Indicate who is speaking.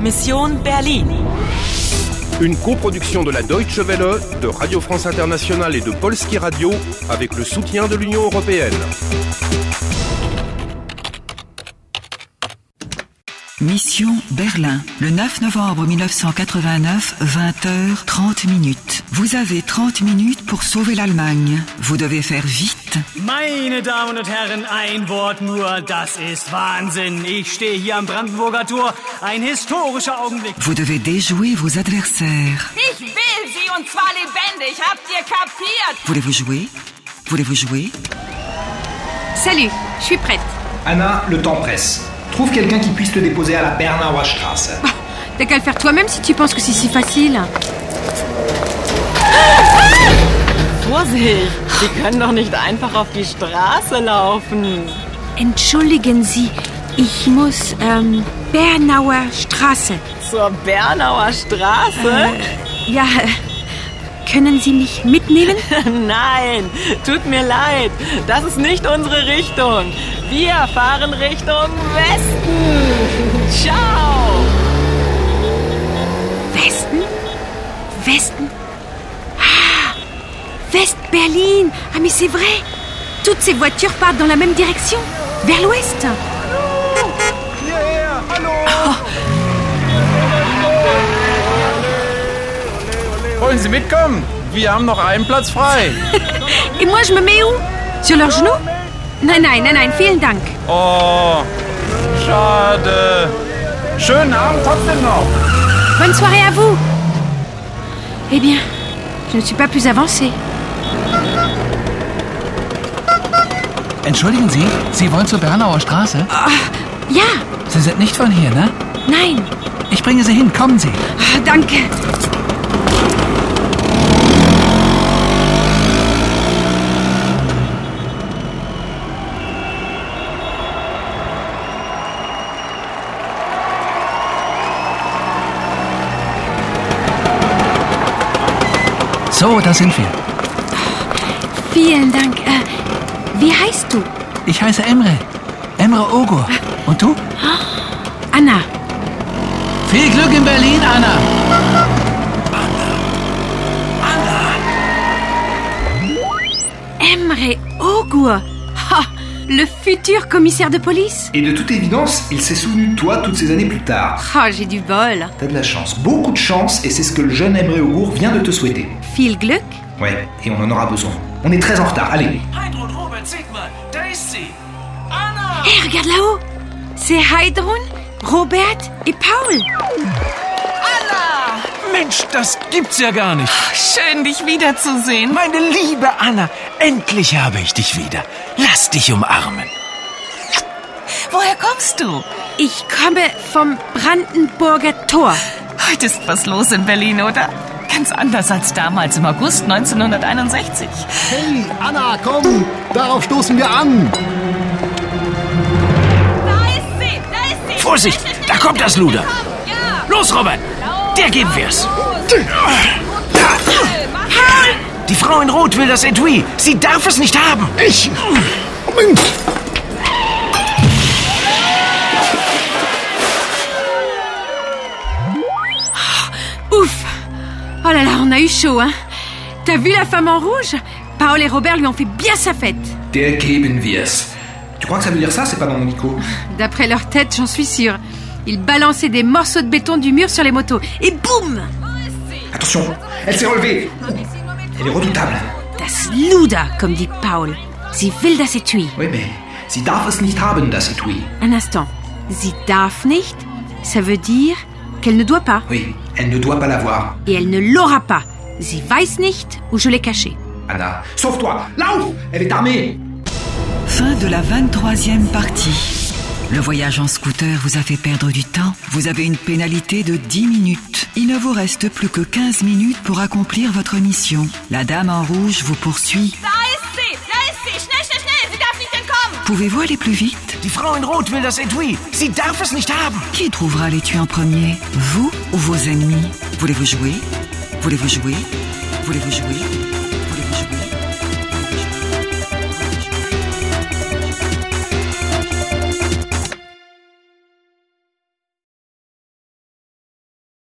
Speaker 1: Mission Berlin.
Speaker 2: Une coproduction de la Deutsche Welle, de Radio France Internationale et de Polski Radio avec le soutien de l'Union européenne.
Speaker 3: Mission Berlin, le 9 novembre 1989, 20h30 minutes. Vous avez 30 minutes pour sauver l'Allemagne. Vous devez faire vite.
Speaker 4: Meine Damen und Herren, ein Wort nur, das ist Wahnsinn. Ich stehe hier am Brandenburger Tor, ein historischer Augenblick.
Speaker 3: Vous devez déjouer vos adversaires.
Speaker 5: Ich will sie und zwar lebendig. Habt ihr kapiert?
Speaker 3: Voulez-vous jouer Voulez-vous jouer
Speaker 6: Salut, je suis prête.
Speaker 7: Anna, le temps presse. Trouve quelqu'un qui puisse te déposer à la Bernauer Straße.
Speaker 6: Bah, T'as qu'à le faire toi-même si tu penses que c'est si facile.
Speaker 8: Vorsicht! Sie können doch nicht einfach auf die Straße laufen.
Speaker 6: Entschuldigen Sie, ich muss ähm, Bernauer Straße.
Speaker 8: Zur Bernauer Straße?
Speaker 6: Ja, äh, können Sie mich mitnehmen?
Speaker 8: Nein, tut mir leid. Das ist nicht unsere Richtung. Wir fahren Richtung Westen. Ciao!
Speaker 6: Westen? Westen? Ah, West-Berlin Ah mais c'est vrai Toutes ces voitures partent dans la même direction, vers l'ouest.
Speaker 9: Oh. Wollen Sie mitkommen? Wir haben noch einen Platz frei.
Speaker 6: Et moi je me mets où Sur leurs genoux Nein, nein, nein, nein, vielen Dank.
Speaker 9: Oh, schade. Schönen Abend trotzdem noch.
Speaker 6: Bonne soirée à vous. Eh bien, je ne suis pas plus avancée.
Speaker 10: Entschuldigen Sie, Sie wollen zur Bernauer Straße?
Speaker 6: Ja,
Speaker 10: Sie sind nicht von hier, ne?
Speaker 6: nein,
Speaker 10: Ich bringe Sie hin, kommen Sie.
Speaker 6: Ah, danke.
Speaker 10: So, da sind wir.
Speaker 6: Vielen Dank. Äh, Wie heißt du?
Speaker 10: Ich heiße Emre. Emre Ogur.
Speaker 8: Ah.
Speaker 10: Und du?
Speaker 6: Anna.
Speaker 10: Viel Glück in Berlin, Anna.
Speaker 6: Emre Ogur. Ha, le futur commissaire de police.
Speaker 7: Et de toute évidence, il s'est souvenu de toi toutes ces années plus tard.
Speaker 6: Ah, j'ai du bol.
Speaker 7: T'as de la chance, beaucoup de chance, et c'est ce que le jeune Emre Augour vient de te souhaiter.
Speaker 6: Viel Glück.
Speaker 7: Ouais, et on en aura besoin. On est très en retard, allez.
Speaker 6: Hé, regarde là-haut. C'est Heidrun, Robert et Paul.
Speaker 11: Mensch, das gibt's ja gar nicht.
Speaker 8: Schön, dich wiederzusehen.
Speaker 11: Meine liebe Anna, endlich habe ich dich wieder. Lass dich umarmen.
Speaker 8: Woher kommst du?
Speaker 6: Ich komme vom Brandenburger Tor.
Speaker 8: Heute ist was los in Berlin, oder? Ganz anders als damals im August 1961.
Speaker 12: Anna, komm! Darauf stoßen wir an!
Speaker 5: Da ist sie! Da ist sie!
Speaker 11: Vorsicht, da kommt das Luder.
Speaker 5: Komm, ja!
Speaker 11: Los, Robert, der geben wir's. Die Frau in Rot will das Etui. Sie darf es nicht haben.
Speaker 12: Ich!
Speaker 6: Ouf Oh là là, on a eu chaud, hein T'as vu la femme en rouge Paul et Robert lui ont fait bien sa fête.
Speaker 7: Der geben wir's. Tu crois que ça veut dire ça C'est pas dans mon micro.
Speaker 6: D'après leur tête, j'en suis sûre. Ils balançaient des morceaux de béton du mur sur les motos. Et boum
Speaker 7: Attention, elle s'est relevée. Elle est redoutable.
Speaker 6: Das Luda, comme dit Paul. Sie will das Etui.
Speaker 7: Oui, mais sie darf es nicht haben, das Etui.
Speaker 6: Un instant. Sie darf nicht, ça veut dire qu'elle ne doit pas.
Speaker 7: Oui, elle ne doit pas l'avoir.
Speaker 6: Et elle ne l'aura pas. Sie weiß nicht, ou je l'ai caché.
Speaker 7: Anna, sauve-toi Là-haut Elle est armée
Speaker 3: Fin de la 23e partie. Le voyage en scooter vous a fait perdre du temps. Vous avez une pénalité de 10 minutes. Il ne vous reste plus que 15 minutes pour accomplir votre mission. La dame en rouge vous poursuit.
Speaker 5: Da ist sie! Da ist sie! Schnell, schnell, schnell! Sie darf nicht entkommen!
Speaker 3: Pouvez-vous aller plus vite
Speaker 11: Die Frau in Rot will das Etui. Sie darf es nicht haben.
Speaker 3: Qui trouvera les tués en premier Vous ou vos ennemis Voulez-vous jouer Voulez-vous jouer Voulez-vous jouer